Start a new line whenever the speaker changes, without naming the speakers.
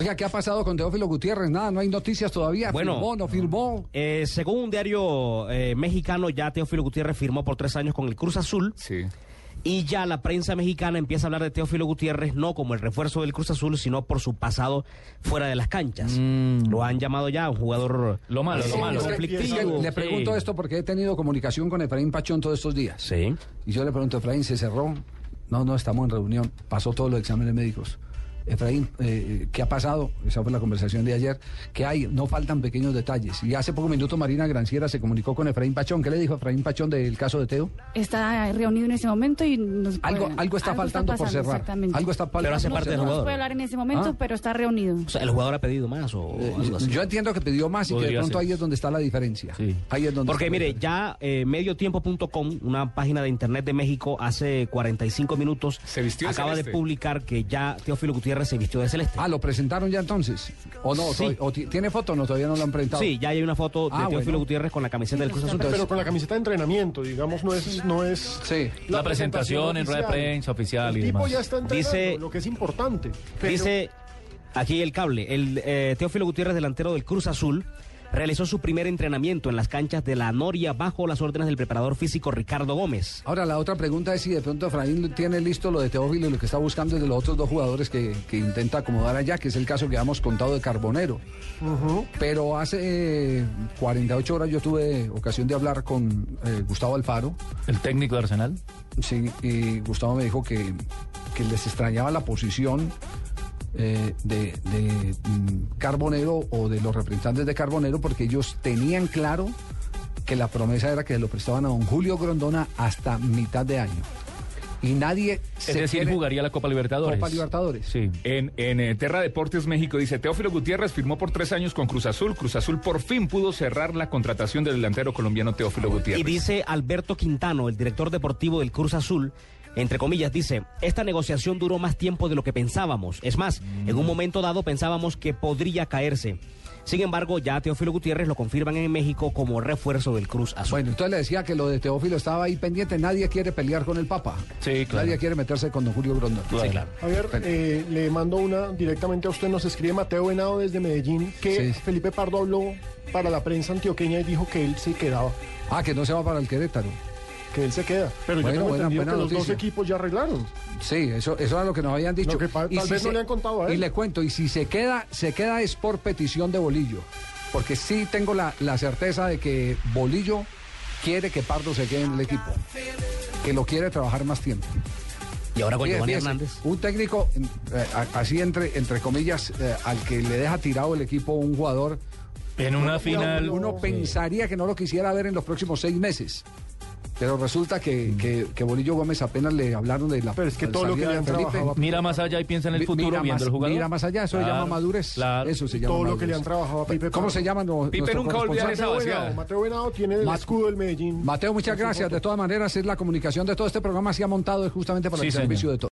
Oiga, ¿qué ha pasado con Teófilo Gutiérrez? Nada, no hay noticias todavía.
Bueno.
¿Firmó, no firmó?
Eh, según un diario eh, mexicano, ya Teófilo Gutiérrez firmó por tres años con el Cruz Azul
Sí.
y ya la prensa mexicana empieza a hablar de Teófilo Gutiérrez no como el refuerzo del Cruz Azul, sino por su pasado fuera de las canchas.
Mm.
Lo han llamado ya un jugador
Lo malo, lo
Sí,
malo.
conflictivo.
le pregunto
Sí.
esto porque he tenido comunicación con Efraín Pachón todos estos días.
Sí.
Y yo le pregunto, Efraín, ¿se cerró? No, no, estamos en reunión. Pasó todos los exámenes médicos. Efraín, eh, ¿qué ha pasado? Esa fue la conversación de ayer. ¿Qué hay? No faltan pequeños detalles. Y hace poco minuto Marina Granciera se comunicó con Efraín Pachón. ¿Qué le dijo Efraín Pachón del caso de Teo?
está reunido en ese momento y nos
Algo,
puede-
algo está faltando por
pasando,
cerrar.
exactamente.
Algo está faltando
Pero hace
por
parte del
cerrar.
no se
jugador.
puede hablar en ese momento,
¿Ah?
pero está reunido.
O sea, el jugador ha pedido más o, o algo así.
Eh, Yo entiendo que pidió más y que de
Podría
pronto
ser.
ahí es donde está la diferencia.
Sí.
Ahí es donde
Porque
está la
mire,
diferencia.
ya eh, mediotiempo.com, una página de internet de México, hace 45 minutos
Se vistió de
acaba de
celeste.
publicar que ya Teófilo Gutiérrez se vistió de celeste.
Ah, ¿lo presentaron ya entonces? ¿O no?
Sí.
¿O ti- ¿Tiene foto? No, todavía no lo han presentado.
Sí, ya hay una foto de
Ah,
Teófilo
bueno.
Gutiérrez con la camiseta del Cruz Azul.
Entonces-
Pero con la camiseta de entrenamiento, digamos, no es... No es
Sí.
La presentación en rueda de prensa oficial y
El tipo
demás.
ya está entrenando,
Dice-
lo que es importante. pero-
Dice aquí el cable, el eh, Teófilo Gutiérrez, delantero del Cruz Azul, realizó su primer entrenamiento en las canchas de la Noria bajo las órdenes del preparador físico Ricardo Gómez.
Ahora, la otra pregunta es si de pronto Efraín tiene listo lo de Teófilo y lo que está buscando es de los otros dos jugadores que, que intenta acomodar allá, que es el caso que habíamos contado de Carbonero.
Ujú.
Pero hace eh, 48 horas yo tuve ocasión de hablar con eh, Gustavo Alfaro,
El técnico de Arsenal.
Sí, y Gustavo me dijo que, que les extrañaba la posición eh, de, de, mm, Carbonero o de los representantes de Carbonero porque ellos tenían claro que la promesa era que se lo prestaban a don Julio Grondona hasta mitad de año. Y nadie se
Es decir,
quiere-
jugaría la Copa Libertadores.
Copa Libertadores.
Sí.
En, en eh, Terra Deportes México dice Teófilo Gutiérrez firmó por tres años con Cruz Azul. Cruz Azul por fin pudo cerrar la contratación del delantero colombiano Teófilo
Y
Gutiérrez.
dice Alberto Quintano, el director deportivo del Cruz Azul, entre comillas, dice, esta negociación duró más tiempo de lo que pensábamos. Es más, en
Mm.
un momento dado pensábamos que podría caerse. Sin embargo, ya Teófilo Gutiérrez lo confirman en México como refuerzo del Cruz Azul.
Bueno, entonces le decía que lo de Teófilo estaba ahí pendiente. Nadie quiere pelear con el Papa.
Sí, claro.
Nadie quiere meterse con don Julio Grondona.
Sí, claro.
A ver, eh, le mando una directamente a usted. Nos escribe Mateo Venado desde Medellín que
Sí.
Felipe Pardo habló para la prensa antioqueña y dijo que él se quedaba,
Ah, que no se va para el Querétaro.
que él se queda. Pero
Bueno,
yo tengo
buena-
entendido
buena
que los dos
noticia.
equipos ya arreglaron.
Sí, eso, eso era lo que nos habían dicho.
Lo que pa- tal vez no le han contado a él.
Y le cuento, y si se queda, se queda es por petición de Bolillo. Porque sí tengo la, la certeza de que Bolillo quiere que Pardo se quede en el equipo. Que lo quiere trabajar más tiempo.
Y ahora con
Fíjese,
Giovanni
fíjese,
Hernández.
Un técnico, eh, a- así entre, entre comillas, eh, al que le deja tirado el equipo un jugador.
En una final.
Uno, uno pensaría que no lo quisiera ver en los próximos seis meses. Pero resulta que, que- que Bolillo Gómez apenas le hablaron de la.
Pero es que
la
todo lo que
salida
le
de
han
Felipe.
trabajado a
Mira más allá y piensa en el
Mi-
futuro
mira
viendo
más-
el jugador.
Mira más allá, eso se
Claro,
llama madurez.
claro.
Eso se llama
todo lo que
madurez.
le han trabajado a Pipe
¿Cómo
Pardo.
se llama no-
Pipe
nuestro
nunca va a olvidar
corresponsal?
esa
Mateo
vaciada.
Venado, Mateo Venado tiene el
Ma-
escudo del Medellín.
Mateo, muchas
Con su
gracias.
foto.
De todas maneras, es la comunicación de todo este programa se ha montado es justamente para
Sí,
el
señor.
servicio de todos.